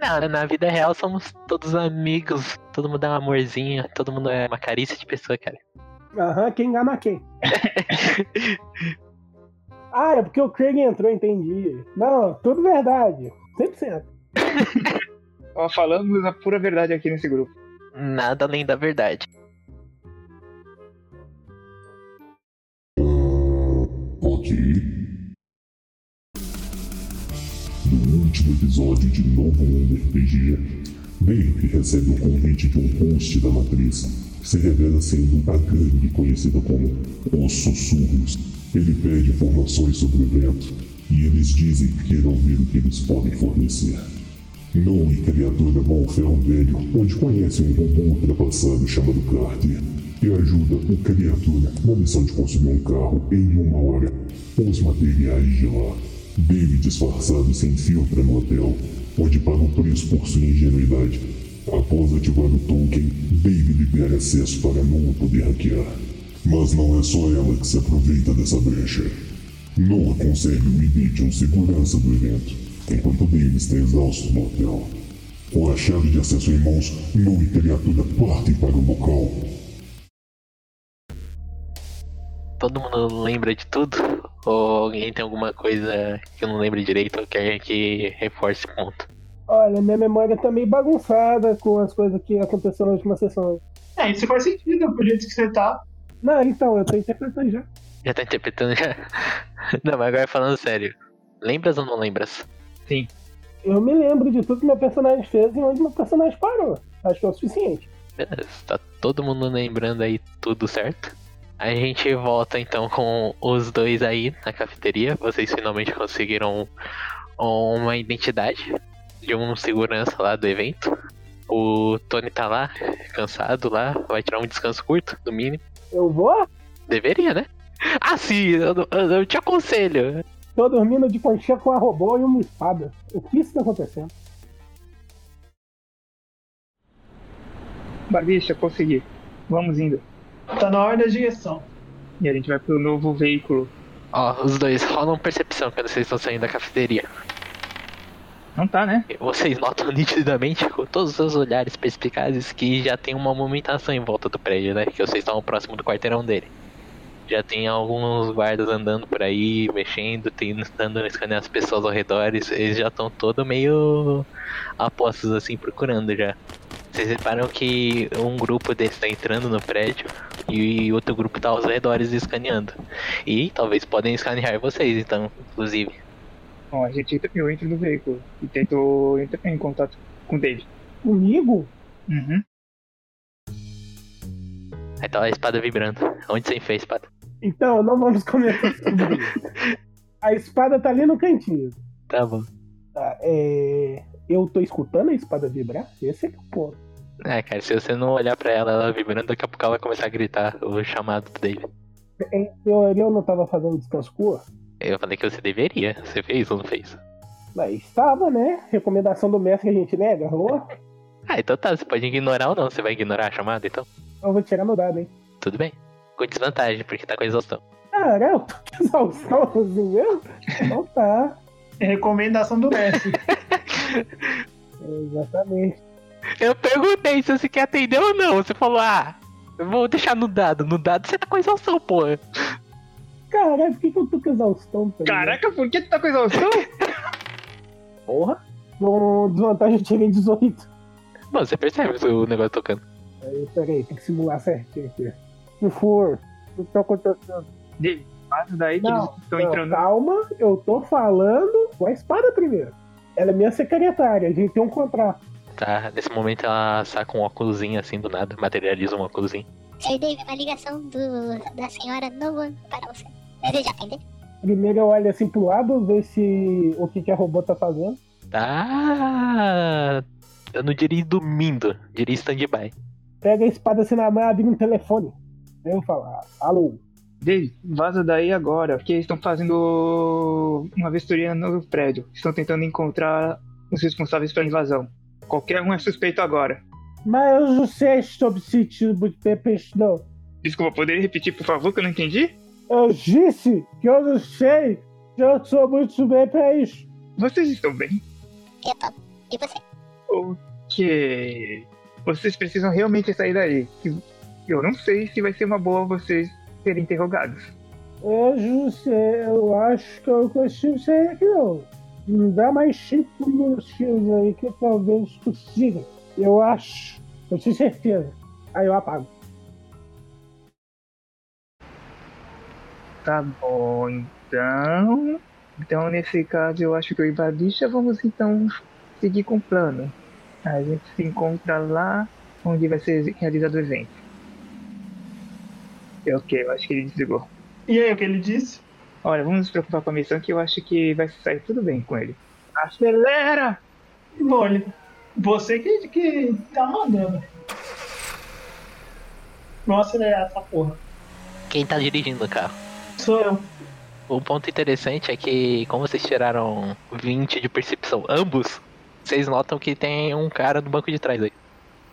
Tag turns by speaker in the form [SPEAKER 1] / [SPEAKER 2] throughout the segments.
[SPEAKER 1] Não, na vida real somos todos amigos, todo mundo é um amorzinho, todo mundo é uma carícia de pessoa, cara.
[SPEAKER 2] Aham, quem engana quem. ah, era porque o Craig entrou, entendi. Não, tudo verdade. 100%.
[SPEAKER 3] Ó, falamos a pura verdade aqui nesse grupo.
[SPEAKER 1] Nada além da verdade.
[SPEAKER 4] Pode ir. No último episódio de Novo Mundo RPG, Babe recebe o convite de um host da Matriz, que se revela sendo um a gangue conhecida como Os Sussurros. Ele pede informações sobre o evento, e eles dizem que irão ver o que eles podem fornecer. Noe, criatura Wolf, é um velho, onde conhece um robô ultrapassado chamado Carter, e ajuda o criatura na missão de consumir um carro em uma hora com os materiais de lá. Baby disfarçado se infiltra no hotel, onde paga o preço por sua ingenuidade. Após ativar o token, Baby libera acesso para Noah poder hackear. Mas não é só ela que se aproveita dessa brecha. Noah consegue o ID de um segurança do evento, enquanto Dave está exausto no hotel. Com a chave de acesso em mãos, Noah e criatura partem para o local.
[SPEAKER 1] Todo mundo lembra de tudo? Ou alguém tem alguma coisa que eu não lembro direito ou quer que reforce o ponto?
[SPEAKER 2] Olha, minha memória tá meio bagunçada com as coisas que aconteceram na última sessão.
[SPEAKER 5] É, isso faz sentido, pro jeito que você tá.
[SPEAKER 2] Não, então, eu tô interpretando já.
[SPEAKER 1] Já tá interpretando já? Não, mas agora falando sério. Lembras ou não lembras?
[SPEAKER 2] Eu me lembro de tudo que meu personagem fez e onde meu personagem parou. Acho que é o suficiente.
[SPEAKER 1] Beleza, tá todo mundo lembrando aí tudo certo? A gente volta então com os dois aí na cafeteria. Vocês finalmente conseguiram uma identidade de um segurança lá do evento. O Tony tá lá, cansado lá, vai tirar um descanso curto, no mínimo.
[SPEAKER 2] Eu vou?
[SPEAKER 1] Deveria, né? Ah, sim, eu, eu- eu te aconselho.
[SPEAKER 2] Tô dormindo de conchinha com a robô e uma espada. O que está acontecendo?
[SPEAKER 3] Barbicha, consegui. Vamos indo.
[SPEAKER 5] Tá na hora da direção.
[SPEAKER 3] E a gente vai pro novo veículo.
[SPEAKER 1] Ó, os dois rolam percepção quando vocês estão saindo da cafeteria.
[SPEAKER 3] Não tá, né?
[SPEAKER 1] Vocês notam nitidamente com todos os seus olhares perspicazes que já tem uma movimentação em volta do prédio, né? Que vocês estão próximo do quarteirão dele. Já tem alguns guardas andando por aí, mexendo, tentando escanear as pessoas ao redor. Eles eles já estão todo meio apostos assim, procurando já. Vocês reparam que um grupo desse tá entrando no prédio e outro grupo tá aos redores escaneando. E talvez podem escanear vocês, então, inclusive.
[SPEAKER 3] Bom, a gente entra, eu entro no veículo e tento entrar em contato com o David.
[SPEAKER 2] Comigo?
[SPEAKER 3] Uhum.
[SPEAKER 1] Aí tá a espada vibrando. Onde você enfia a espada?
[SPEAKER 2] Então, não vamos começar sobre isso. A espada tá ali no cantinho.
[SPEAKER 1] Tá bom.
[SPEAKER 2] Tá, é... Eu tô escutando a espada vibrar? Esse é que é o ponto.
[SPEAKER 1] É, cara, se você não olhar pra ela, ela vibrando, daqui a pouco ela vai começar a gritar o chamado do David.
[SPEAKER 2] Em teoria, É, eu não tava fazendo descanso curto?
[SPEAKER 1] Eu falei que você deveria. Você fez ou não fez?
[SPEAKER 2] Mas estava, né? Recomendação do mestre que a gente né, nega. Alô?
[SPEAKER 1] Ah, então tá, você pode ignorar ou não. Você vai ignorar a chamada, então?
[SPEAKER 2] Eu vou tirar meu dado, hein?
[SPEAKER 1] Tudo bem. Com desvantagem, porque tá com exaustão.
[SPEAKER 2] Cara, eu tô com exaustão assim mesmo? Então tá.
[SPEAKER 5] É recomendação do mestre.
[SPEAKER 2] Exatamente.
[SPEAKER 1] Eu perguntei se você quer atender ou não. Você falou, ah, eu vou deixar no dado. No dado você tá com exaustão, pô.
[SPEAKER 2] Caralho, por que, que eu tô com exaustão? tá ligado?
[SPEAKER 3] Caraca, por que tu tá com exaustão?
[SPEAKER 2] Porra. Com desvantagem, eu tirei 18.
[SPEAKER 1] Bom, você percebe o negócio tocando.
[SPEAKER 2] Aí, peraí, tem que simular certinho aqui. Se for, o que tá acontecendo?
[SPEAKER 3] David, passa daí que
[SPEAKER 2] Não,
[SPEAKER 3] eles estão
[SPEAKER 2] Não,
[SPEAKER 3] entrando.
[SPEAKER 2] Calma, eu tô falando com a espada primeiro. Ela é minha secretária, a gente tem um contrato.
[SPEAKER 1] Tá, nesse momento ela saca um óculosinho assim do nada, materializa um óculosinho.
[SPEAKER 6] Sir Dave, É uma ligação do, da senhora Noan para você. Deseja atender?
[SPEAKER 2] Primeiro eu olho assim pro lado, ver se o que, que a robô tá fazendo.
[SPEAKER 1] Tá. Eu não diria dormindo, diria stand-by.
[SPEAKER 2] pega a espada assim na mão e abre um telefone. Aí eu falo, ah, alô,
[SPEAKER 3] David, vaza daí agora, porque eles estão fazendo uma vistoria no prédio. Estão tentando encontrar os responsáveis pela invasão. Qualquer um é suspeito agora.
[SPEAKER 2] mas eu não sei sobre esse tipo de peixe, não.
[SPEAKER 3] Desculpa, poderia repetir, por favor, que eu não entendi?
[SPEAKER 7] Eu disse que eu não sei. Eu sou muito bem pra isso.
[SPEAKER 3] Vocês estão bem?
[SPEAKER 6] Eu tô. E você?
[SPEAKER 3] Ok. Vocês precisam realmente sair daí. que Eu não sei se vai ser uma boa vocês serem interrogados.
[SPEAKER 7] Eu não sei, É, eu acho que eu consigo sair daqui não. Me dá mais cinco minutinhos aí que eu talvez consiga. Eu acho. Eu tenho certeza. Aí eu apago.
[SPEAKER 3] Tá bom, então. Então, nesse caso, eu acho que eu e Babicha vamos então seguir com o plano. A gente se encontra lá onde vai ser realizado o evento. É ok, eu acho que ele desligou.
[SPEAKER 8] E aí, o que ele disse?
[SPEAKER 3] Olha, vamos nos preocupar com a missão que eu acho que vai sair tudo bem com ele. Acelera!
[SPEAKER 8] Bom, ele... você que, que tá mandando. Vamos acelerar essa porra.
[SPEAKER 1] Quem tá dirigindo o carro?
[SPEAKER 8] Sou eu.
[SPEAKER 1] O ponto interessante é que, como vocês tiraram 20 de percepção, ambos, vocês notam que tem um cara no banco de trás aí.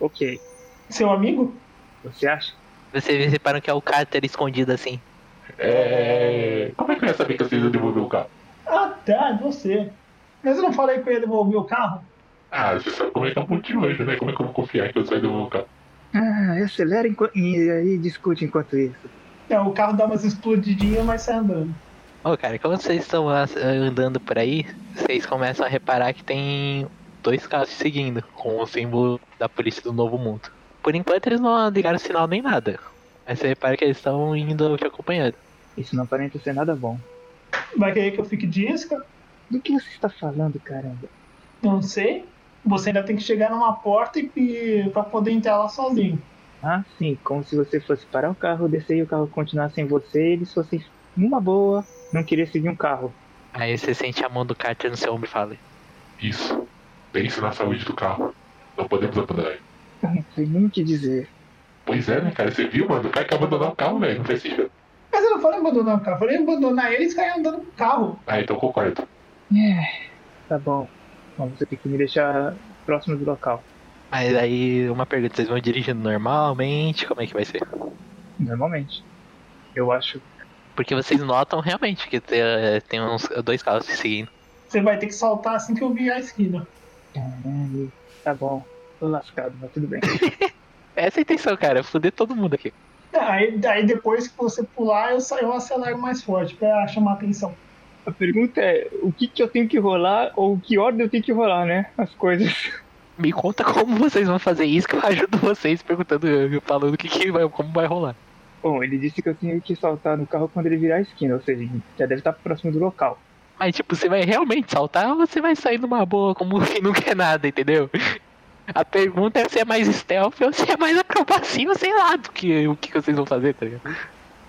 [SPEAKER 3] Ok,
[SPEAKER 8] Seu amigo?
[SPEAKER 3] você acha?
[SPEAKER 1] Vocês reparam que é o cáter escondido assim.
[SPEAKER 4] É. Como é que eu ia saber que vocês iam devolver o carro?
[SPEAKER 8] Ah, tá, é você. Mas eu não falei que eu ia devolver o carro?
[SPEAKER 4] Ah, você sabe como é que é um ponto de hoje, né? Como é que eu vou confiar que eu vai devolver o carro?
[SPEAKER 3] Ah, acelera enquanto... e aí discute enquanto isso.
[SPEAKER 8] É, o carro dá umas explodidinhas, mas sai andando.
[SPEAKER 1] Ô cara, quando vocês estão a- andando por aí, vocês começam a reparar que tem dois carros te seguindo, com o símbolo da polícia do novo mundo. Por enquanto eles não ligaram o sinal nem nada. Mas você repara que eles estão indo te acompanhando.
[SPEAKER 3] Isso não aparenta ser nada bom.
[SPEAKER 8] Vai querer que eu fique de isca?
[SPEAKER 3] Do que você está falando, caramba?
[SPEAKER 8] Não sei. Você ainda tem que chegar numa porta e, e para poder entrar lá sozinho.
[SPEAKER 3] Ah, sim, como se você fosse parar o carro, descer e o carro continuar sem você, eles fossem numa boa, não querer seguir um carro.
[SPEAKER 1] Aí você sente a mão do Carter no seu ombro e fala.
[SPEAKER 4] Isso. Pense na saúde do carro. Não podemos abandonar ele.
[SPEAKER 3] Não sei nem o que dizer.
[SPEAKER 4] Pois é, né, cara? Você viu, mano? O cara quer abandonar o carro, velho. Não faz sentido.
[SPEAKER 8] Mas eu não falei abandonar o carro, eu falei abandonar eles e cair andando com o carro.
[SPEAKER 4] Ah, então concordo.
[SPEAKER 3] É, tá bom. Bom, você tem que me deixar próximo do local.
[SPEAKER 1] Mas aí, uma pergunta, vocês vão dirigindo normalmente? Como é que vai ser?
[SPEAKER 3] Normalmente. Eu acho.
[SPEAKER 1] Porque vocês notam realmente que te- eh, tem uns dois carros te seguindo.
[SPEAKER 8] Você vai ter que saltar assim que eu virar a esquina.
[SPEAKER 3] Caralho. Tá bom. Tô lascado, mas tudo bem.
[SPEAKER 1] Essa é a intenção, cara, é foder todo mundo aqui.
[SPEAKER 8] Aí, aí depois que você pular, eu, sa- eu acelero mais forte pra chamar atenção.
[SPEAKER 3] A pergunta é: o que, que eu tenho que rolar ou que ordem eu tenho que rolar, né? As coisas.
[SPEAKER 1] Me conta como vocês vão fazer isso, que eu ajudo vocês perguntando, falando o que, que vai, como vai rolar.
[SPEAKER 3] Bom, ele disse que eu tenho que saltar no carro quando ele virar a esquina, ou seja, já deve estar próximo do local.
[SPEAKER 1] Mas, tipo, você vai realmente saltar ou você vai sair numa boa como quem não quer nada, entendeu? A pergunta é se é mais stealth ou se é mais acrobacia, ou sei lá, do que o que que vocês vão fazer, tá ligado?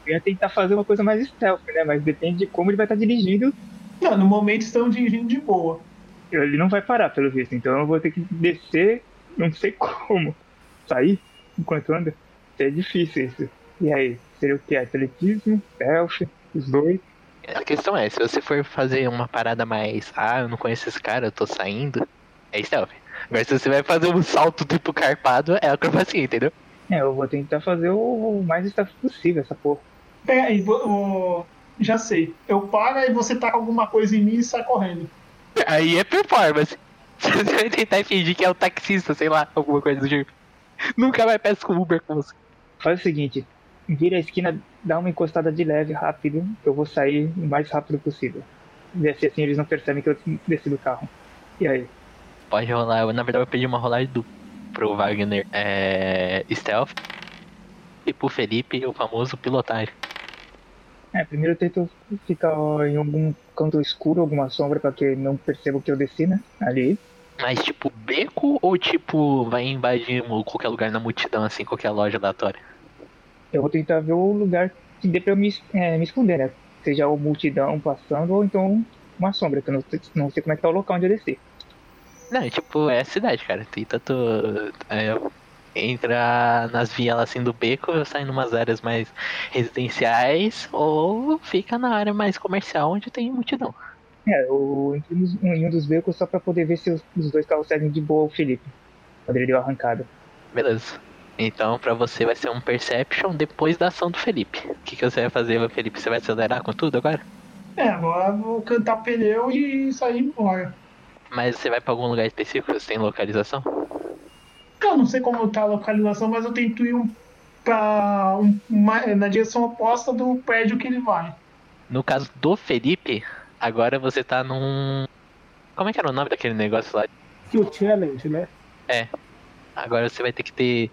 [SPEAKER 3] Eu ia tentar fazer uma coisa mais stealth, né? Mas depende de como ele vai estar dirigindo.
[SPEAKER 8] Não, no momento estão dirigindo de boa.
[SPEAKER 3] Ele não vai parar, pelo visto, então eu vou ter que descer, não sei como. Sair enquanto anda. É difícil isso. E aí, seria o que? Atletismo, stealth, os dois.
[SPEAKER 1] A questão é, se você for fazer uma parada mais, ah, eu não conheço esse cara, eu tô saindo, é stealth. Agora se você vai fazer um salto tipo carpado, é acrobacia, entendeu?
[SPEAKER 3] É, eu vou tentar fazer o mais stealth possível, essa porra.
[SPEAKER 8] Pega aí, vo- o- já sei. Eu paro e você taca alguma coisa em mim e sai correndo.
[SPEAKER 1] Aí é performance. Você vai tentar fingir que é o taxista, sei lá, alguma coisa do tipo. Nunca vai peça com Uber com você.
[SPEAKER 3] Faz o seguinte, vira a esquina, dá uma encostada de leve, rápido, eu vou sair o mais rápido possível. Desce assim, eles não percebem que eu desci do carro. E aí?
[SPEAKER 1] Pode rolar, eu, na verdade eu pedi uma rolagem dupla pro Wagner é, Stealth e pro Felipe o famoso pilotagem.
[SPEAKER 3] É, primeiro eu tento ficar em algum canto escuro, alguma sombra, pra que não percebam que eu desci, né? Ali.
[SPEAKER 1] Mas tipo beco ou tipo vai invadir mo- qualquer lugar na multidão, assim, qualquer loja aleatória?
[SPEAKER 3] Eu vou tentar ver o lugar que dê pra eu me, es- é, me esconder, né? Seja o multidão passando ou então uma sombra, que eu não, sei- não sei como é que tá o local onde eu desci.
[SPEAKER 1] Não, é, tipo, é a cidade, cara. Tem tanto. É, entra nas vielas assim do beco, sai em umas áreas mais residenciais, ou fica na área mais comercial onde tem multidão.
[SPEAKER 3] É, eu entrei nos- em um dos veículos só pra poder ver se os, os dois carros seguem de boa o Felipe. Quando ele deu a arrancada.
[SPEAKER 1] Beleza. Então, pra você vai ser um Perception depois da ação do Felipe. O que, que você vai fazer, Felipe? Você vai acelerar com tudo agora?
[SPEAKER 8] É, agora eu vou cantar pneu e sair embora.
[SPEAKER 1] Mas você vai pra algum lugar específico? Você tem localização?
[SPEAKER 8] Eu não sei como tá a localização, mas eu tento ir um, pra, um- uma- na direção oposta do prédio que ele vai.
[SPEAKER 1] No caso do Felipe, agora você tá num. Como é que era o nome daquele negócio lá?
[SPEAKER 7] Que o challenge, né?
[SPEAKER 1] Agora você vai ter que ter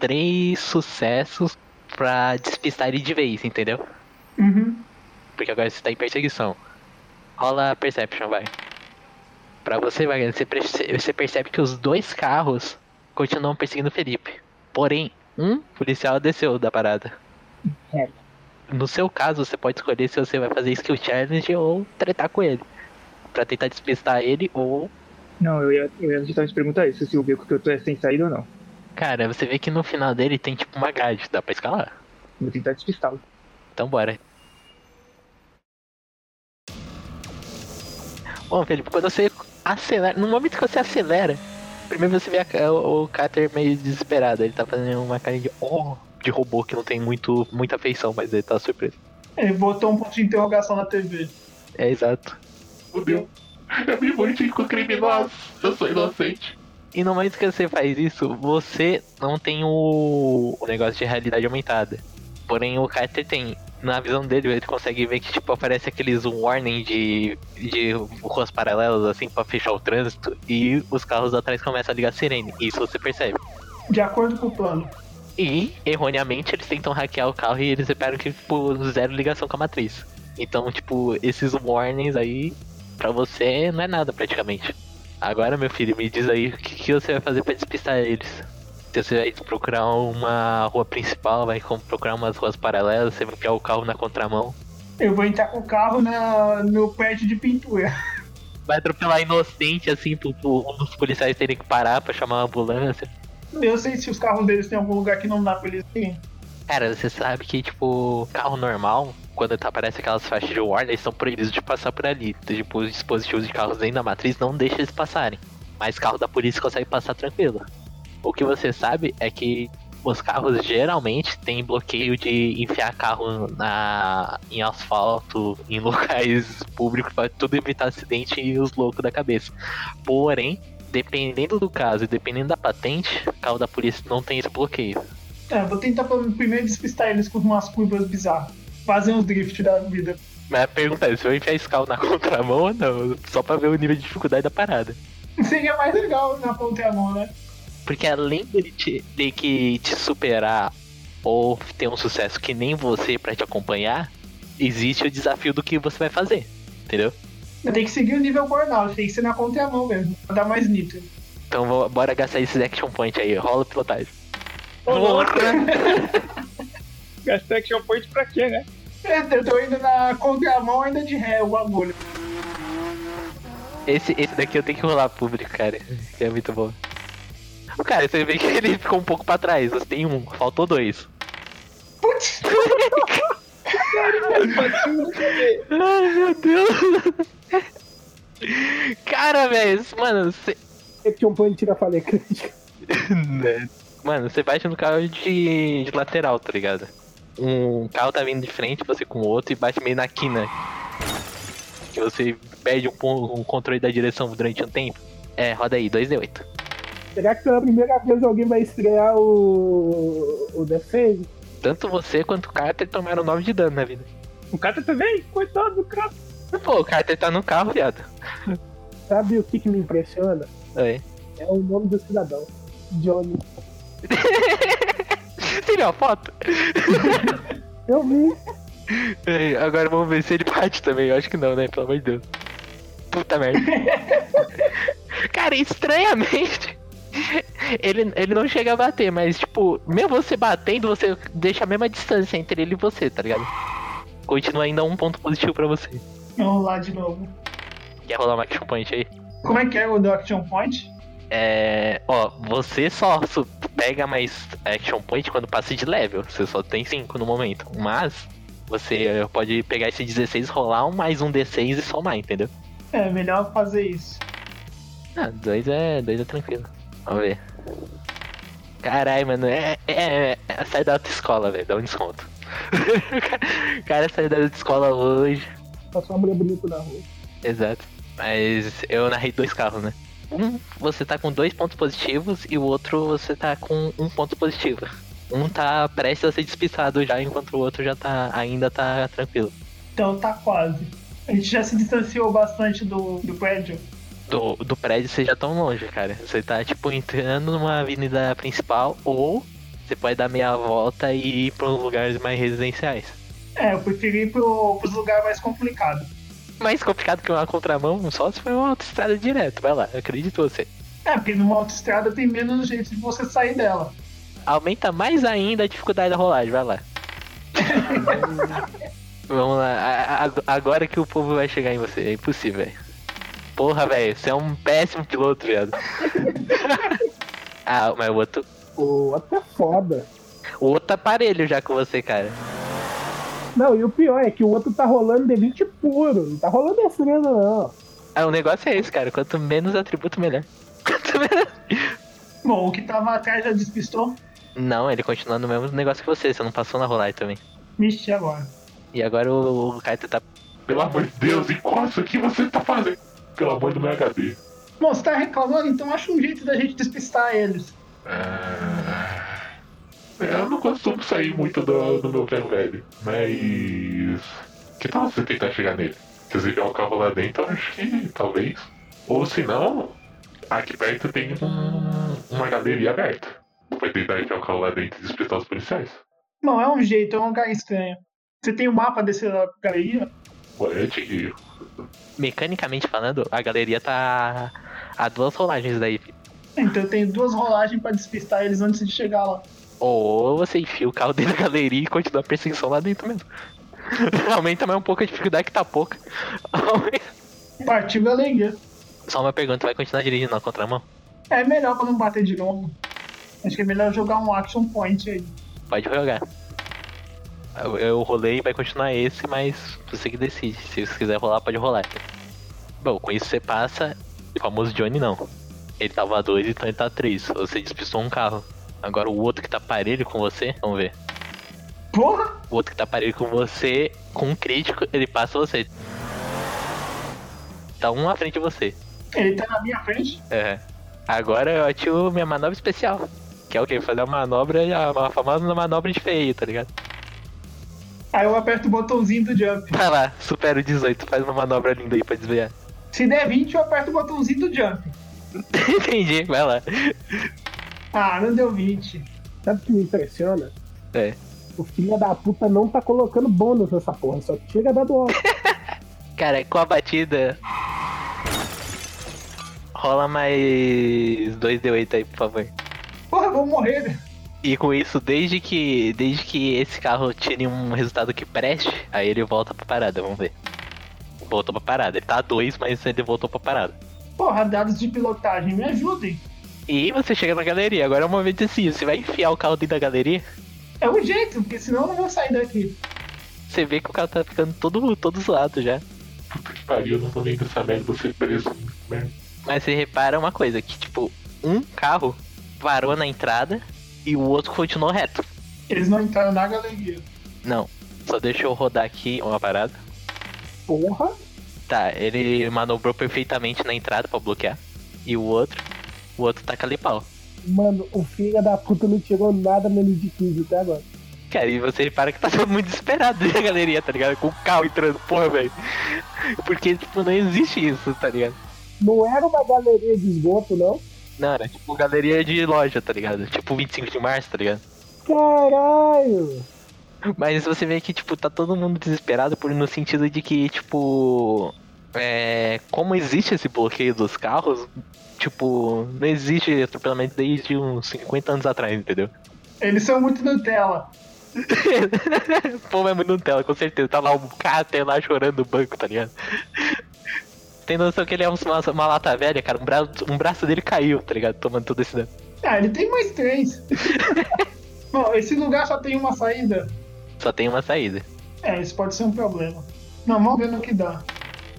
[SPEAKER 1] três sucessos pra despistar ele de vez, entendeu?
[SPEAKER 8] Uhum.
[SPEAKER 1] Porque agora você tá em perseguição. Rola a Perception, vai. Pra você, Wagner, você, perce- você percebe que os dois carros continuam perseguindo o Felipe. Porém, um policial desceu da parada.
[SPEAKER 3] É.
[SPEAKER 1] No seu caso, você pode escolher se você vai fazer skill challenge ou tretar com ele. Pra tentar despistar ele ou.
[SPEAKER 3] Não, eu ia, eu ia justamente perguntar isso, se o beco que eu tô é sem saída ou não.
[SPEAKER 1] Cara, você vê que no final dele tem tipo uma grade, dá pra escalar.
[SPEAKER 3] Vou tentar despistá-lo.
[SPEAKER 1] Então bora. Bom, Felipe, quando você acelera. No momento que você acelera, primeiro você vê a- o, o Carter meio desesperado. Ele tá fazendo uma cara de oh, de robô que não tem muito, muita feição, mas ele tá surpreso.
[SPEAKER 8] Ele botou um ponto de interrogação na TV.
[SPEAKER 1] É exato.
[SPEAKER 9] Fudeu. Eu me identifico criminoso. Eu sou inocente.
[SPEAKER 1] E no momento que você faz isso, você não tem o, o negócio de realidade aumentada. Porém, o Carter tem. Na visão dele, ele consegue ver que, tipo, aparece aqueles warning de, de ruas paralelas, assim, pra fechar o trânsito. E os carros atrás começam a ligar a sirene. Isso você percebe.
[SPEAKER 8] De acordo com o plano.
[SPEAKER 1] E, erroneamente, eles tentam hackear o carro e eles reparam que, tipo, zero ligação com a matriz. Então, tipo, esses warnings aí, pra você, não é nada praticamente. Agora, meu filho, me diz aí o que, que você vai fazer pra despistar eles. Se você vai procurar uma rua principal, vai com- procurar umas ruas paralelas, você vai pegar o carro na contramão.
[SPEAKER 8] Eu vou entrar com o carro na, no prédio de pintura.
[SPEAKER 1] Vai atropelar inocente, assim, pro, pro, um dos policiais terem que parar pra chamar uma ambulância.
[SPEAKER 8] Eu sei se os carros deles têm algum lugar que não dá pra eles irem.
[SPEAKER 1] Cara, você sabe que, tipo, carro normal, quando tá- aparece aquelas faixas de warning, eles são proibidos de passar por ali. Tipo, os dispositivos de carros dentro da matriz não deixam eles passarem. Mas carro da polícia consegue passar tranquilo. O que você sabe é que os carros geralmente têm bloqueio de enfiar carro na, em asfalto, em locais públicos, pra tudo evitar acidente e os loucos da cabeça. Porém, dependendo do caso e dependendo da patente, carro da polícia não tem esse bloqueio.
[SPEAKER 8] É, eu vou tentar pelo- primeiro despistar eles com umas curvas bizarras. Fazer uns drift da vida.
[SPEAKER 1] Mas a pergunta é, se eu enfiar esse carro na contramão ou não? Só pra ver o nível de dificuldade da parada.
[SPEAKER 8] Seria mais legal na contramão, né?
[SPEAKER 1] Porque além dele te, ter que te superar ou ter um sucesso que nem você pra te acompanhar, existe o desafio do que você vai fazer, entendeu?
[SPEAKER 8] Tem que seguir o nível burnout, tem que ser na contramão mesmo, pra dar mais nitro.
[SPEAKER 1] Então vo- bora gastar esses action point aí, rola o pilotagem.
[SPEAKER 3] Gastar action point pra quê, né?
[SPEAKER 8] É, Eu tô indo na contramão ainda de ré o bagulho.
[SPEAKER 1] Esse, esse daqui eu tenho que rolar público, cara. que É muito bom. Cara, você vê que ele ficou um pouco pra trás. Você tem um, faltou dois.
[SPEAKER 8] Putz,
[SPEAKER 1] Ai, meu Deus. Cara, velho, mano, você.
[SPEAKER 7] É que um ponto tira a falha crítica.
[SPEAKER 1] Mano, você bate no carro de, de lateral, tá ligado? Um carro tá vindo de frente, você com o outro, e bate meio na quina. Que você perde um, pon- um controle da direção durante um tempo. É, roda aí, 2D8.
[SPEAKER 7] Será que pela primeira vez alguém vai estrear o. o The Save?
[SPEAKER 1] Tanto você quanto o Carter tomaram 9 de dano na vida.
[SPEAKER 3] O cara também? Coitado do cara.
[SPEAKER 1] Pô, o Carter tá no carro, viado.
[SPEAKER 7] Sabe o que, que me impressiona?
[SPEAKER 1] Aí.
[SPEAKER 7] É o nome do cidadão. Johnny.
[SPEAKER 1] Tirou a foto?
[SPEAKER 7] Eu vi.
[SPEAKER 1] Ei, Agora vamos ver se ele bate também. Eu acho que não, né? Pelo amor de Deus. Puta merda. Cara, estranhamente. Ele, ele não chega a bater, mas tipo, mesmo você batendo, você deixa a mesma distância entre ele e você, tá ligado? Continua ainda um ponto positivo pra você.
[SPEAKER 8] Vamos lá de novo.
[SPEAKER 1] Quer rolar um action point aí?
[SPEAKER 8] Como é que é o do Action Point?
[SPEAKER 1] É. Ó, você só su- pega mais action point quando passa de level. Você só tem 5 no momento. Mas você eh, pode pegar esse 16, rolar um mais um D6 e somar, entendeu?
[SPEAKER 8] É, melhor fazer isso.
[SPEAKER 1] Ah, dois é. dois é tranquilo. Vamos ver. Caralho, mano, é, é, é, é sai da autoescola, velho, dá um desconto. o cara saiu da autoescola hoje.
[SPEAKER 2] Passou uma mulher bonita um na rua.
[SPEAKER 1] Exato. Mas eu narrei dois carros, né? Um você tá com dois pontos positivos e o outro você tá com um ponto positivo. Um tá prestes a ser despiçado já, enquanto o outro já tá. ainda tá tranquilo.
[SPEAKER 8] Então tá quase. A gente já se distanciou bastante do, do prédio.
[SPEAKER 1] Do, do prédio vocês já estão longe, cara. Você tá tipo entrando numa avenida principal ou você pode dar meia volta e ir pra uns lugares mais residenciais.
[SPEAKER 8] É, eu preferi ir pro, pros lugares mais complicados.
[SPEAKER 1] Mais complicado que uma contramão só se for uma autoestrada direto, vai lá, eu acredito em você.
[SPEAKER 8] É, porque numa autoestrada tem menos jeito de você sair dela.
[SPEAKER 1] Aumenta mais ainda a dificuldade da rolagem, vai lá. Vamos lá, a- a- agora que o povo vai chegar em você, é impossível, velho. Porra, velho, você é um péssimo piloto, viado. ah, mas o outro,
[SPEAKER 2] Pô, até foda.
[SPEAKER 1] o outro aparelho já com você, cara.
[SPEAKER 2] Não, e o pior é que o outro tá rolando D20 puro. Não tá rolando destreza, não.
[SPEAKER 1] Ah, o negócio é esse, cara. Quanto menos atributo, melhor. Quanto menos...
[SPEAKER 8] Bom, o que tava atrás já despistou.
[SPEAKER 1] Não, ele continua no mesmo negócio que você, você não passou na rolagem também.
[SPEAKER 8] Mexi agora.
[SPEAKER 1] E agora o, o Kaito tá.
[SPEAKER 9] Pelo amor de Deus, encosta, o que você tá fazendo? Pelo amor do meu HD.
[SPEAKER 8] Bom, você tá reclamando, então acha um jeito da gente despistar eles.
[SPEAKER 9] É, eu não costumo sair muito do, do meu ferro velho, mas. Que tal você tentar chegar nele? Se você tiver um carro lá dentro, eu acho que talvez. Ou se não, aqui perto tem um- uma galeria aberta. Vai tentar enfiar o carro lá dentro e despistar os policiais?
[SPEAKER 8] Não é um jeito, é um lugar estranho. Você tem o mapa dessa galeria?
[SPEAKER 9] Olha, eu tinha que.
[SPEAKER 1] Mecanicamente falando, a galeria tá. a duas rolagens daí. filho.
[SPEAKER 8] Então eu tenho duas rolagens pra despistar eles antes de chegar lá.
[SPEAKER 1] Ou você enfia o carro dentro da galeria e continua a perseguição lá dentro mesmo. Aumenta mais um pouco a dificuldade que tá pouca.
[SPEAKER 8] Partiu galeria.
[SPEAKER 1] Só uma pergunta, vai continuar dirigindo na contramão?
[SPEAKER 8] É melhor pra não bater de novo. Acho que é melhor jogar um action point aí.
[SPEAKER 1] Pode jogar. Eu, eu rolei, vai continuar esse, mas você que decide. Se você quiser rolar, pode rolar. Bom, com isso você passa. O famoso Johnny não. Ele tava dois, então ele tá três. Você despistou um carro. Agora o outro que tá parelho com você, vamos ver.
[SPEAKER 8] Porra!
[SPEAKER 1] O outro que tá parelho com você, com um crítico, ele passa você. Tá um à frente de você.
[SPEAKER 8] Ele tá na minha frente?
[SPEAKER 1] É. Agora eu ativo minha manobra especial. Que é o quê? Fazer uma manobra, a famosa manobra de feio, tá ligado?
[SPEAKER 8] Aí eu aperto o botãozinho do jump.
[SPEAKER 1] Vai Tá lá, supera o 18, faz uma manobra linda aí pra desviar.
[SPEAKER 8] Se der 20, eu aperto o botãozinho do jump.
[SPEAKER 1] Entendi, vai lá.
[SPEAKER 8] Ah, não deu 20.
[SPEAKER 2] Sabe o que me impressiona?
[SPEAKER 1] É.
[SPEAKER 2] O filho da puta não tá colocando bônus nessa porra, só chega dado alto.
[SPEAKER 1] Cara, com a batida. Rola mais 2D8 aí, por favor.
[SPEAKER 8] Porra, eu vou morrer.
[SPEAKER 1] E com isso, desde que. Desde que esse carro tire um resultado que preste, aí ele volta pra parada, vamos ver. Voltou pra parada. Ele tá a 2, mas ele voltou pra parada.
[SPEAKER 8] Porra, dados de pilotagem, me ajudem.
[SPEAKER 1] E você chega na galeria, agora é o momento assim, você vai enfiar o carro dentro da galeria,
[SPEAKER 8] É um jeito, porque senão eu não vou sair daqui.
[SPEAKER 1] você vê que o carro tá ficando todo, todo zoado já.
[SPEAKER 9] Puta que pariu, eu não tô nem dessa merda, vou ser preso. né? Merda.
[SPEAKER 1] Mas você repara uma coisa, que tipo, um carro parou na entrada e o outro continuou reto.
[SPEAKER 8] Eles não entraram na galeria.
[SPEAKER 1] Não, só deixa eu rodar aqui uma parada.
[SPEAKER 2] Porra,
[SPEAKER 1] Tá, ele manobrou perfeitamente na entrada pra bloquear. E o outro, o outro taca ali pau.
[SPEAKER 2] mano, o filho da puta não tirou nada menos de 15 até agora.
[SPEAKER 1] Cara, e você repara que tá todo mundo desesperado na galeria, tá ligado? Com o carro entrando, porra, velho. Porque, tipo, não existe isso, tá ligado?
[SPEAKER 2] Não era uma galeria de esgoto, não?
[SPEAKER 1] Não, era tipo galeria de loja, tá ligado? Tipo 25 de março, tá ligado?
[SPEAKER 2] Caralho!
[SPEAKER 1] Mas você vê que, tipo, tá todo mundo desesperado por, no sentido de que, tipo. É, como existe esse bloqueio dos carros, tipo, não existe atropelamento desde uns 50 anos atrás, entendeu?
[SPEAKER 8] Eles são muito Nutella.
[SPEAKER 1] o povo é muito Nutella, com certeza. Tá lá o cara até lá chorando no banco, tá ligado? Tem noção que ele é um- uma, uma lata velha, cara. Um braço, um braço dele caiu, tá ligado? Tomando todo esse dano.
[SPEAKER 8] Ah, ele tem mais três. Bom, esse lugar só tem uma saída.
[SPEAKER 1] Só tem uma saída.
[SPEAKER 8] É, isso pode ser um problema. Não, vamos ver no que dá.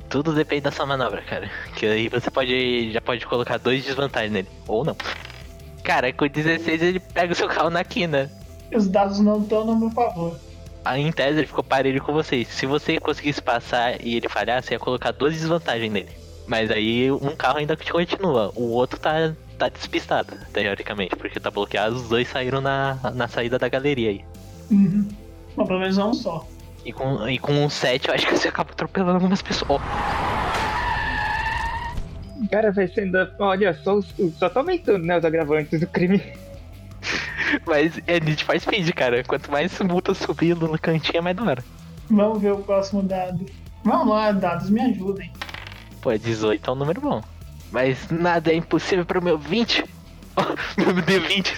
[SPEAKER 1] Tudo depende da sua manobra, cara. Que aí você pode já pode colocar dois desvantagens nele. Ou não. Cara, com 16 ele pega o seu carro na quina.
[SPEAKER 8] Os dados não estão no meu favor.
[SPEAKER 1] Aí, em tese, ele ficou parelho com vocês. Se você conseguisse passar e ele falhar, você ia colocar duas desvantagens nele. Mas aí um carro ainda te continua, o outro tá, tá despistado, teoricamente, porque tá bloqueado, os dois saíram na, na saída da galeria aí.
[SPEAKER 8] Uhum. Mas pelo menos é um só.
[SPEAKER 1] E com, e com um 7, eu acho que você acaba atropelando algumas pessoas. Ó,
[SPEAKER 3] Cara, vai sendo. Olha, só, os- só tá aumentando, né? Os agravantes do crime.
[SPEAKER 1] Mas é Need for Speed, cara. Quanto mais multa subindo no cantinho, é mais da hora.
[SPEAKER 8] Vamos ver o próximo dado. Vamos lá, dados, me ajudem.
[SPEAKER 1] Pô, 18 é um número bom. Mas nada é impossível pro meu 20. Ó, meu D20.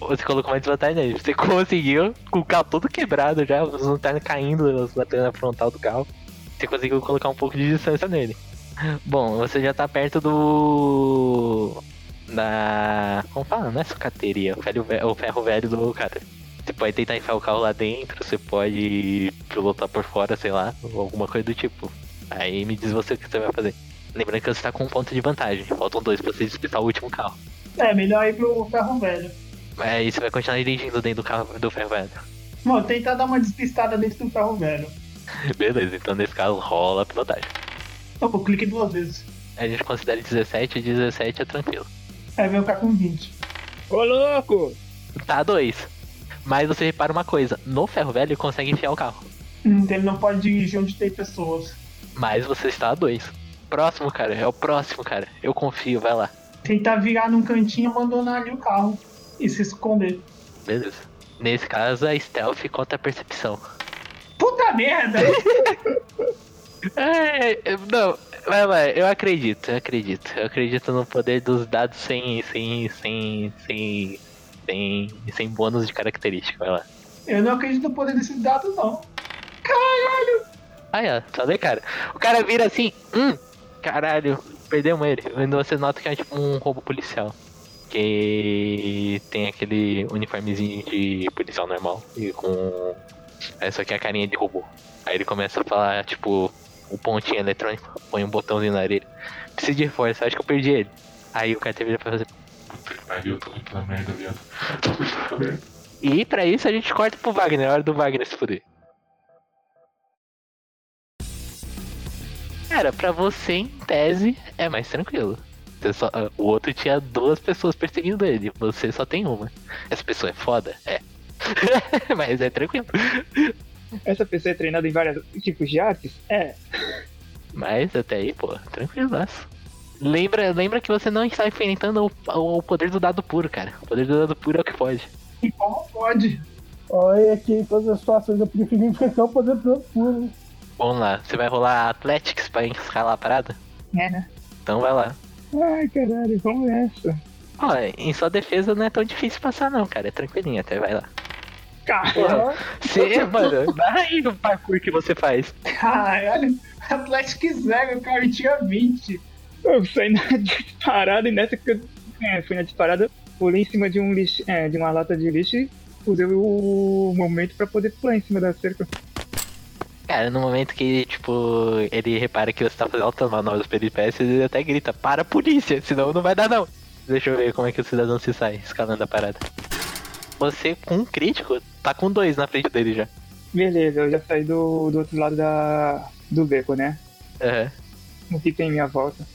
[SPEAKER 1] Você colocou uma desvantagem aí. Você conseguiu, com o carro todo quebrado já, os lanternas caindo, os batendo na frontal do carro. Você conseguiu colocar um pouco de distância nele. Bom, você já tá perto do. Da. Como fala? Não é sucateria, o ferro, ve- o ferro velho do cara. Você pode tentar enfiar o carro lá dentro, você pode pilotar por fora, sei lá, ou alguma coisa do tipo. Aí me diz você o que você vai fazer. Lembrando que você tá com um ponto de vantagem. Faltam dois pra você disputar o último carro.
[SPEAKER 8] É, melhor ir pro carro velho.
[SPEAKER 1] Aí você vai continuar dirigindo dentro do carro do ferro velho.
[SPEAKER 8] Mano, tentar dar uma despistada dentro do carro velho.
[SPEAKER 1] Beleza, então nesse caso rola a pilotagem.
[SPEAKER 8] Opa, eu cliquei duas vezes.
[SPEAKER 1] A gente considera 17 17 é tranquilo.
[SPEAKER 8] Aí vai ficar com 20.
[SPEAKER 3] Ô, louco!
[SPEAKER 1] Tá dois. Mas você repara uma coisa, no ferro velho consegue enfiar o carro.
[SPEAKER 8] Hum, Então ele não pode dirigir onde tem pessoas.
[SPEAKER 1] Mas você está a dois. Próximo, cara, é o próximo, cara. Eu confio, vai lá.
[SPEAKER 8] Tentar virar num cantinho e abandonar ali o carro. E se esconder.
[SPEAKER 1] Beleza. Nesse caso, a stealth contra a percepção.
[SPEAKER 8] Puta merda!
[SPEAKER 1] É, eu- não, vai, vai, eu acredito, eu acredito. Eu acredito no poder dos dados sem. sem. sem. sem. sem, sem bônus de característica, vai lá.
[SPEAKER 8] Eu não acredito no poder desses dados, não. Caralho!
[SPEAKER 1] Aí, ó, falei, cara. O cara vira assim, hum, caralho, perdemos ele. Ainda Você nota que é tipo um roubo policial. Que tem aquele uniformezinho de policial normal e com. É só que a carinha de robô. Aí ele começa a falar, tipo, o pontinho eletrônico, põe um botãozinho na orelha. Preciso de força, acho que eu perdi ele. Aí o cara teve pra fazer.
[SPEAKER 9] Puta que pariu, eu tô muito na merda, viado. Tô muito na merda.
[SPEAKER 1] E pra isso a gente corta pro Wagner, é hora do Wagner se fuder. Cara, pra você, em tese, é mais tranquilo. Você só- ah, o outro tinha duas pessoas perseguindo ele, você só tem uma. Essa pessoa é foda? É. Mas é tranquilo.
[SPEAKER 3] Essa pessoa é treinada em vários tipos de artes? É.
[SPEAKER 1] Mas até aí, pô, tranquilaço. Lembra, lembra que você não está enfrentando o, o poder do dado puro, cara. O poder do dado puro é o que pode.
[SPEAKER 8] E como pode?
[SPEAKER 2] Olha aqui, em todas as situações eu preferi enfrentar o poder do puro. hein?
[SPEAKER 1] Vamos lá, você vai rolar Athletics pra escalar a parada?
[SPEAKER 3] É, né?
[SPEAKER 1] Então vai lá.
[SPEAKER 3] Ai, caralho, vamos
[SPEAKER 2] é
[SPEAKER 3] nessa.
[SPEAKER 1] Ó, em sua defesa não é tão difícil passar não, cara. É tranquilinho até, vai lá.
[SPEAKER 3] Caralho!
[SPEAKER 1] Você, mano, vai o parkour que você faz.
[SPEAKER 8] Caralho! Atlético zero, cara, eu tinha 20.
[SPEAKER 3] Eu saí na disparada e nessa que eu é, fui na disparada, pulei em cima de um lixo, é, de uma lata de lixo e usei o momento pra poder pular em cima da cerca.
[SPEAKER 1] Cara, no momento que, tipo, ele repara que você tá fazendo altas manobras peripécias, ele até grita, para a polícia, senão não vai dar não. Deixa eu ver como é que o cidadão se sai escalando a parada. Você, com um crítico, tá com dois na frente dele já.
[SPEAKER 3] Beleza, eu já saí do, do outro lado da, do beco, né?
[SPEAKER 1] Aham.
[SPEAKER 3] O que tem em minha volta?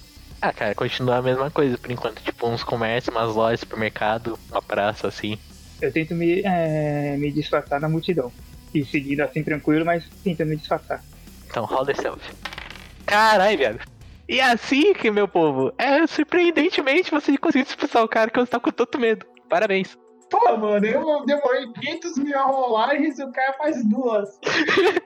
[SPEAKER 1] Ah, cara, continua a mesma coisa por enquanto. Tipo, uns comércios, umas lojas, supermercado, uma praça, assim.
[SPEAKER 3] Eu tento me, é, me disfarçar na multidão. E seguindo assim tranquilo, mas tentando me disfarçar.
[SPEAKER 1] Então rola esse selfie. Caralho, velho. E assim que, meu povo, é surpreendentemente você conseguiu expulsar o cara que você tá com tanto medo. Parabéns.
[SPEAKER 8] Pô, mano, eu demorei 500 mil rolagens e o cara faz duas.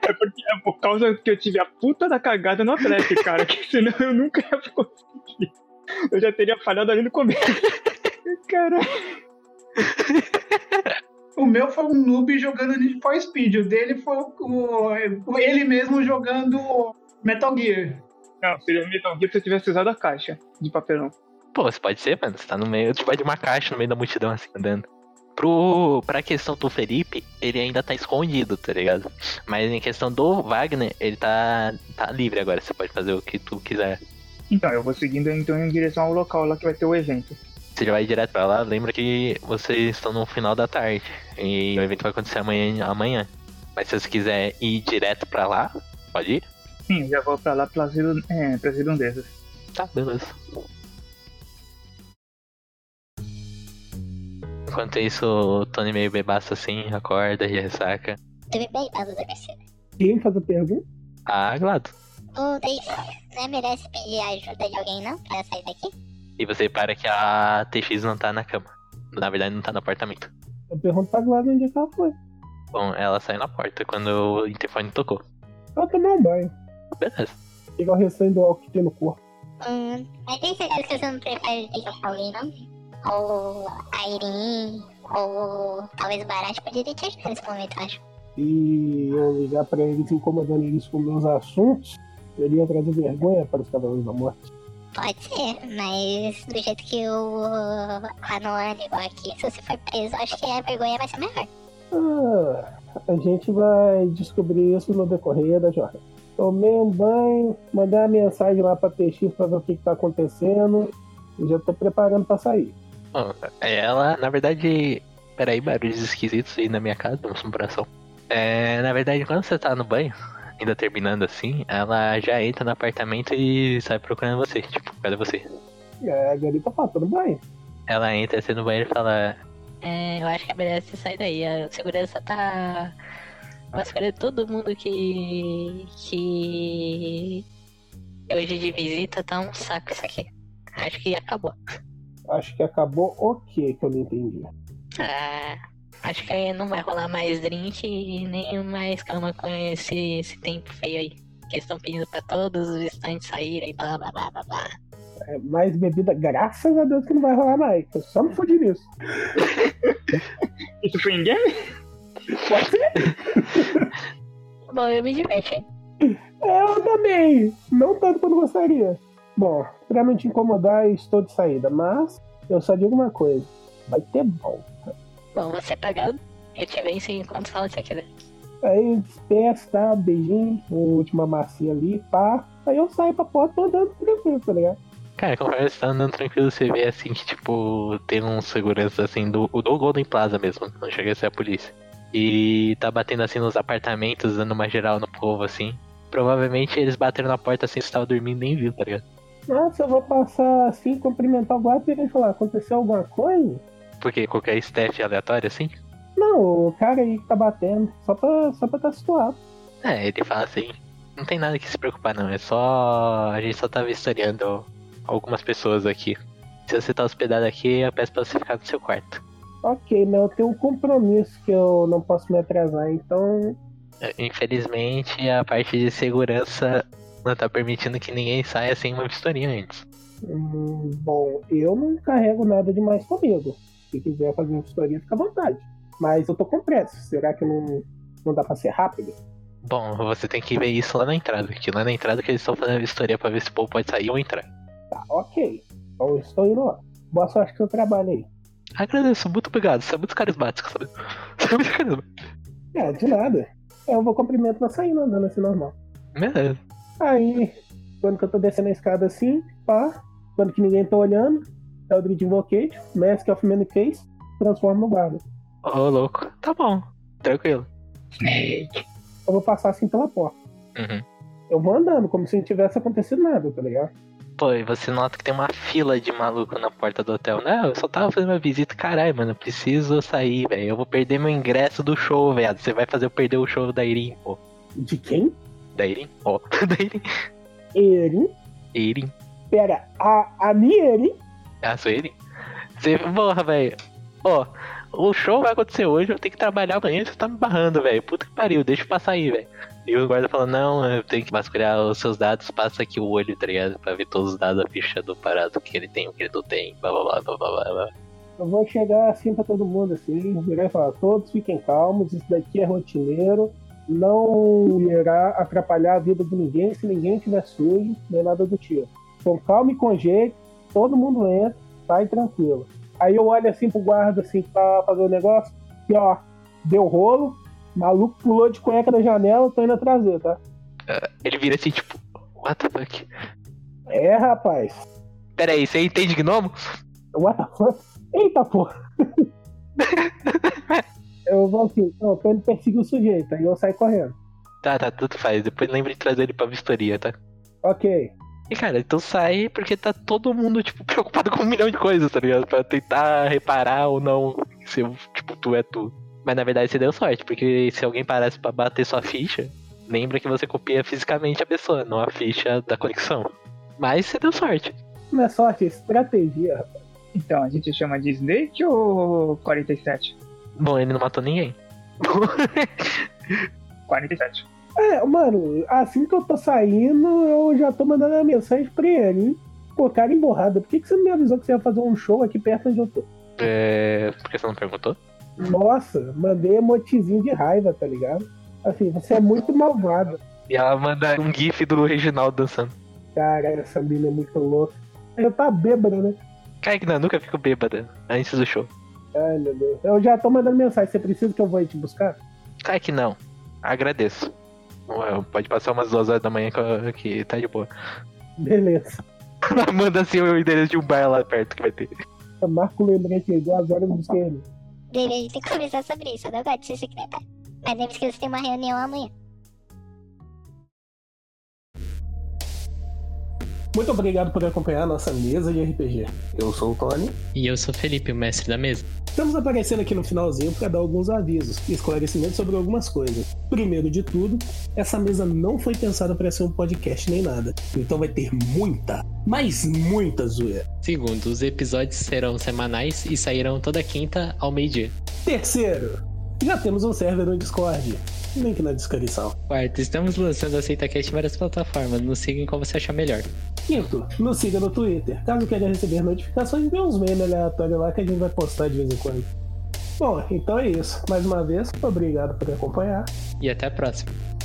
[SPEAKER 3] É porque é por causa que eu tive a puta da cagada no Atlético, cara, que senão eu nunca ia conseguir. Eu já teria falhado ali no começo. Caralho.
[SPEAKER 8] O meu foi um noob jogando Need for Speed. O dele foi o, o- ele mesmo jogando Metal Gear.
[SPEAKER 3] Não, seria Metal Gear se eu tivesse usado a caixa de papelão.
[SPEAKER 1] Pô, você pode ser, mano. Você tá no meio, tipo, de uma caixa no meio da multidão, assim, andando. Pro, pra questão do Felipe, ele ainda tá escondido, tá ligado? Mas em questão do Wagner, ele tá, tá livre agora. Você pode fazer o que tu quiser.
[SPEAKER 3] Então, eu vou seguindo então em direção ao local lá que vai ter o evento.
[SPEAKER 1] Você já vai direto pra lá, lembra que vocês estão no final da tarde. E o evento vai acontecer amanhã. amanhã. Mas se você quiser ir direto pra lá, pode ir.
[SPEAKER 3] Sim, eu já vou pra lá pelas redon- é, pras redondezas.
[SPEAKER 1] Tá, beleza. Enquanto isso, o Tony meio bebaço assim, acorda e ressaca.
[SPEAKER 6] Tudo bem, Paulo da Mercedes?
[SPEAKER 2] Quem faz a pergunta?
[SPEAKER 1] Ah, Glado.
[SPEAKER 6] Ô, Daisy, não é melhor você pedir a ajuda de alguém, não? Pra sair daqui?
[SPEAKER 1] E você para que a TX não tá na cama. Na verdade, não tá no apartamento.
[SPEAKER 2] Eu pergunto pra Glória onde é que ela foi.
[SPEAKER 1] Bom, ela saiu na porta quando o interfone tocou.
[SPEAKER 2] Ela tomou um banho.
[SPEAKER 1] Beleza.
[SPEAKER 2] Pegar o restante do álcool que tem no corpo.
[SPEAKER 6] Hum, mas tem certeza que você não prefere ligar pra alguém, não? Ou a Irin, ou talvez o Barate poderia te ajudar nesse momento, eu acho.
[SPEAKER 2] E eu ligar pra eles incomodando eles com meus assuntos. Ele ia trazer vergonha para os cavaleiros da morte.
[SPEAKER 6] Pode ser, mas do jeito que o Anoa ligou aqui, se você for preso, eu acho que a vergonha vai ser maior.
[SPEAKER 2] Ah, a gente vai descobrir isso no decorrer da jornada. Tomei um banho, mandei uma mensagem lá pra TX pra ver o que, que tá acontecendo. E já tô preparando pra sair.
[SPEAKER 1] Bom, ela, na verdade. Peraí, barulhos esquisitos aí na minha casa, uma assombração. É, na verdade, quando você tá no banho, ainda terminando assim, ela já entra no apartamento e sai procurando você. Tipo, cadê você?
[SPEAKER 2] É, a garota tá tudo banho.
[SPEAKER 1] Ela entra assim no banheiro e fala:
[SPEAKER 10] É, eu acho que é melhor você sair daí. A segurança tá mascarando todo mundo que. que. é hoje de visita tá um saco isso aqui. Acho que acabou.
[SPEAKER 2] Acho que acabou o que que eu não entendi.
[SPEAKER 10] Ah, acho que aí não vai rolar mais drink e nem mais calma com esse, esse tempo feio aí. Que eles estão pedindo pra todos os visitantes saírem, blá blá blá blá blá.
[SPEAKER 2] É, mais bebida, graças a Deus que não vai rolar mais. Eu só me fudi nisso.
[SPEAKER 3] Isso foi em game?
[SPEAKER 10] Bom, eu me diverti.
[SPEAKER 2] É, Eu também! Não tanto quanto gostaria. Bom, pra não te incomodar, eu estou de saída, mas eu só digo uma coisa: vai ter bom.
[SPEAKER 10] Bom, você é pagado. Eu te venço em quantos rounds você quiser.
[SPEAKER 2] Aí despeço, tá? Beijinho, última macia ali, pá. Aí eu saio pra porta tô andando tranquilo, tá ligado?
[SPEAKER 1] Cara, conforme você tá andando tranquilo, você vê assim que, tipo, tem um segurança assim do, do Golden Plaza mesmo, não chega a ser a polícia. E tá batendo assim nos apartamentos, dando uma geral no povo assim. Provavelmente eles bateram na porta assim, você tava dormindo e nem viu, tá ligado?
[SPEAKER 2] Nossa, Ah, eu vou passar assim, cumprimentar o guarda e ele falar: aconteceu alguma coisa?
[SPEAKER 1] Porque qualquer staff aleatório assim.
[SPEAKER 2] Não, o cara aí que tá batendo, só pra, só pra tá situado.
[SPEAKER 1] É, ele fala assim: não tem nada que se preocupar, não, é só. A gente só tava historiando algumas pessoas aqui. Se você tá hospedado aqui, eu peço pra você ficar no seu quarto.
[SPEAKER 2] Ok, mas eu tenho um compromisso que eu não posso me atrasar, então.
[SPEAKER 1] É, Infelizmente, a parte de segurança não tá permitindo que ninguém saia sem uma vistoria antes.
[SPEAKER 2] hum, bom, eu não carrego nada demais comigo. Se quiser fazer uma história, fica à vontade. Mas eu tô com pressa. Será que não, não dá pra ser rápido?
[SPEAKER 1] Bom, você tem que ver isso lá na entrada, que lá na entrada que eles estão fazendo a vistoria pra ver se o povo pode sair ou entrar.
[SPEAKER 2] Tá, ok. Então eu estou indo lá. Boa sorte que eu trabalho aí.
[SPEAKER 1] Agradeço, muito obrigado, você é muito carismático, sabe? Você é muito carismático.
[SPEAKER 2] É, de nada. Eu vou cumprimento pra sair andando assim normal.
[SPEAKER 1] Beleza.
[SPEAKER 2] Aí, quando que eu tô descendo a escada assim, pá, quando que ninguém tá olhando, é o Dread Invocate, Mask of Many Face, transforma no guarda.
[SPEAKER 1] Ô, louco. Tá bom, tranquilo.
[SPEAKER 2] Eu vou passar assim pela porta.
[SPEAKER 1] Uhum.
[SPEAKER 2] Eu vou andando, como se não tivesse acontecido nada, tá ligado?
[SPEAKER 1] Pô, e você nota que tem uma fila de maluco na porta do hotel. Não, eu só tava fazendo uma visita, caralho, mano, eu preciso sair, velho. Eu vou perder meu ingresso do show, velho. Você vai fazer eu perder o show da Irim, pô.
[SPEAKER 2] De quem?
[SPEAKER 1] Da Irim? Ó, da Irim.
[SPEAKER 2] Ele.
[SPEAKER 1] Irim.
[SPEAKER 2] Pera, a, a minha ele?
[SPEAKER 1] Ah, sou Irim? Você, porra, velho. Ó, o show vai acontecer hoje, eu tenho que trabalhar amanhã, você tá me barrando, velho. Puta que pariu, deixa eu passar aí, velho. E o guarda fala, não, eu tenho que vasculhar os seus dados, passa aqui o olho, tá ligado? Pra ver todos os dados, a ficha do parado, o que ele tem, o que ele não tem, blá blá blá blá blá blá.
[SPEAKER 2] Eu vou chegar assim pra todo mundo, assim, virar e falar, todos fiquem calmos, isso daqui é rotineiro, não irá atrapalhar a vida de ninguém se ninguém tiver sujo, nem nada do tipo. Com calma e com jeito, todo mundo entra, sai tranquilo. Aí eu olho assim pro guarda, assim, pra fazer o negócio, e ó, deu rolo, maluco pulou de cueca da janela, tô indo atrás dele, tá?
[SPEAKER 1] Ele vira assim, tipo, what the fuck?
[SPEAKER 2] É, rapaz.
[SPEAKER 1] Pera aí, você entende gnomo?
[SPEAKER 2] What the fuck? Eita porra! eu vou assim, não, pra ele perseguir o sujeito, aí eu saio correndo.
[SPEAKER 1] Tá, tá, tudo faz. Depois lembra de trazer ele pra vistoria, tá?
[SPEAKER 2] Ok.
[SPEAKER 1] E cara, então sai porque tá todo mundo, tipo, preocupado com um milhão de coisas, tá ligado? Pra tentar reparar ou não se, tipo, tu é tu. Mas na verdade você deu sorte, porque se alguém parasse pra bater sua ficha, lembra que você copia fisicamente a pessoa, não a ficha da conexão. Mas você deu sorte.
[SPEAKER 2] Não é sorte, é estratégia, rapaz.
[SPEAKER 3] Então, a gente chama de Snake ou 47?
[SPEAKER 1] Bom, ele não matou ninguém.
[SPEAKER 3] 47.
[SPEAKER 2] É, mano, assim que eu tô saindo, eu já tô mandando uma mensagem pra ele. hein? Pô, cara emborrada, por que, que você não me avisou que você ia fazer um show aqui perto onde eu tô?
[SPEAKER 1] É. Por que você não perguntou?
[SPEAKER 2] Nossa, mandei emotizinho de raiva, tá ligado? Assim, você é muito malvado.
[SPEAKER 1] E ela manda um gif do Reginaldo dançando.
[SPEAKER 2] Cara, essa mina é muito louca. Eu tá bêbada, né?
[SPEAKER 1] Cara, que não, eu nunca fico bêbada antes do show.
[SPEAKER 2] Ai, meu Deus. Eu já tô mandando mensagem. Você precisa que eu vou aí te buscar?
[SPEAKER 1] Cara, que não. Agradeço. Ué, Pode passar umas duas horas da manhã que, eu- que tá de boa.
[SPEAKER 2] Beleza.
[SPEAKER 1] Ela manda assim o endereço de um bar lá perto que vai ter.
[SPEAKER 2] Eu marco o lembrete aí, duas horas eu busquei ele.
[SPEAKER 6] Deveria ter conversado sobre isso, eu não gosto de ser secretário. Mas lembra que você tem uma reunião amanhã.
[SPEAKER 2] Muito obrigado por acompanhar a nossa mesa de RPG. Eu sou o Tony.
[SPEAKER 11] E eu sou Felipe, o mestre da mesa.
[SPEAKER 2] Estamos aparecendo aqui no finalzinho para dar alguns avisos e esclarecimentos sobre algumas coisas. Primeiro de tudo, essa mesa não foi pensada para ser um podcast nem nada, então vai ter muita, mas muita zoeira.
[SPEAKER 11] Segundo, os episódios serão semanais e sairão toda quinta ao meio-dia.
[SPEAKER 2] Terceiro, já temos um server no Discord, link na descrição.
[SPEAKER 11] Quarto, estamos lançando a AceitaCast em várias plataformas. Nos sigam como você achar melhor.
[SPEAKER 2] Quinto, nos siga no Twitter, caso queira receber notificações, dê uns memes aleatórios lá que a gente vai postar de vez em quando. Bom, então é isso. Mais uma vez, obrigado por acompanhar.
[SPEAKER 11] E até a próxima.